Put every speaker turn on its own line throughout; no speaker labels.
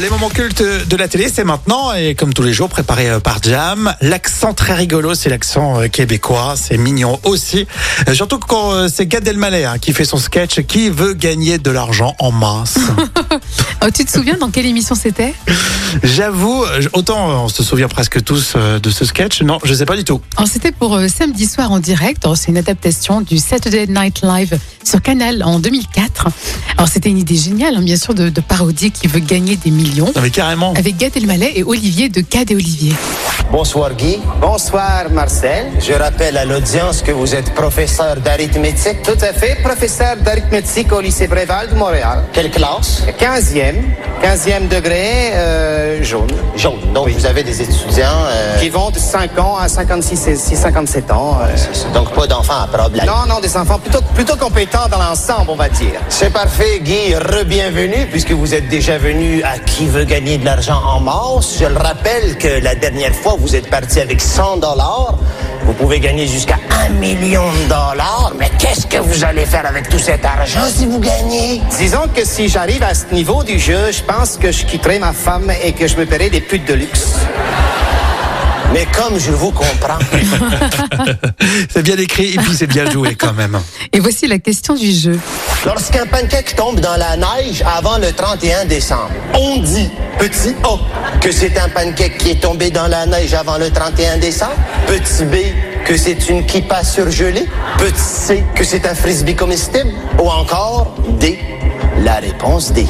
Les moments cultes de la télé, c'est maintenant et comme tous les jours, préparé euh, par Jam. L'accent très rigolo, c'est l'accent euh, québécois, c'est mignon aussi. Euh, Surtout quand euh, c'est Gad Elmaleh hein, qui fait son sketch Qui veut gagner de l'argent en masse
Oh, tu te souviens dans quelle émission c'était
J'avoue, euh, autant euh, on se souvient presque tous euh, de ce sketch, non, je sais pas du tout.
Oh, C'était pour euh, samedi soir en direct. Oh, C'est une adaptation du Saturday Night Live sur Canal en 2004. Alors c'était une idée géniale, hein, bien sûr, de, de parodier qui veut gagner des millions
Non mais carrément.
avec Gad Elmaleh et Olivier de Cad et Olivier.
Bonsoir Guy. Bonsoir Marcel. Je rappelle à l'audience que vous êtes professeur d'arithmétique. Tout à fait, professeur d'arithmétique au lycée Bréval de Montréal. Ah, Quelle classe 15e. 15e degré, euh, jaune. Jaune. Donc vous avez des étudiants euh, qui vont de 5 ans à 56 et 57 ans. Donc pas d'enfants à problème. Non, non, des enfants plutôt, plutôt compétents dans l'ensemble, on va dire. C'est parfait, Guy. Re-bienvenue, puisque vous êtes déjà venu à qui veut gagner de l'argent en masse. Je le rappelle que la dernière fois, vous êtes parti avec 100 dollars. Vous pouvez gagner jusqu'à 1 million de dollars. Mais qu'est-ce que vous allez faire avec tout cet argent si vous gagnez? Disons que si j'arrive à ce niveau du jeu, je pense que je quitterai ma femme et que je me paierai des putes de luxe. Mais comme je vous comprends,
C'est bien écrit et puis c'est bien joué quand même.
Et voici la question du jeu.
Lorsqu'un pancake tombe dans la neige avant le 31 décembre, on dit, petit A, que c'est un pancake qui est tombé dans la neige avant le 31 décembre, petit B, que c'est une kippa surgelée, petit C, que c'est un frisbee comestible, ou encore D, la réponse D.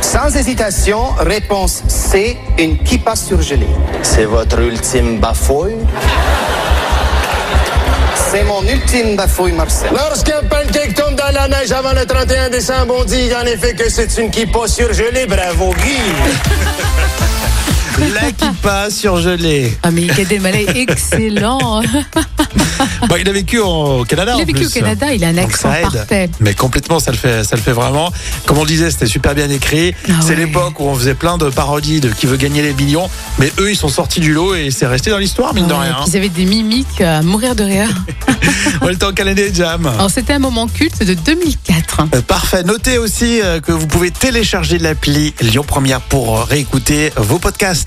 Sans hésitation, réponse C, une kippa surgelée. C'est votre ultime bafouille? C'est mon ultime bafouille, Marcel. Lorsqu'un pancake tombe dans la neige avant le 31 décembre, on dit en effet que c'est une kippa surgelée. Bravo, Guy.
La kippa surgelée.
Ah mais Gad Elmaleh, excellent.
Bon, Bah, il a vécu au Canada.
Il a
en
vécu
plus.
au Canada, il a un
Donc,
accent
ça aide.
parfait.
Mais complètement, ça le fait, ça le fait vraiment. Comme on le disait, c'était super bien écrit.
Ah
c'est
ouais.
l'époque où on faisait plein de parodies de qui veut gagner les millions, mais eux, ils sont sortis du lot et c'est resté dans l'histoire, mine de
Ouais,
rien. hein.
Ils avaient des mimiques à mourir de rire.
On était en Canada Jam.
Alors c'était un moment culte de 2004.
Euh, Parfait. Notez aussi euh, que vous pouvez télécharger l'appli Lyon Première pour euh, réécouter vos podcasts.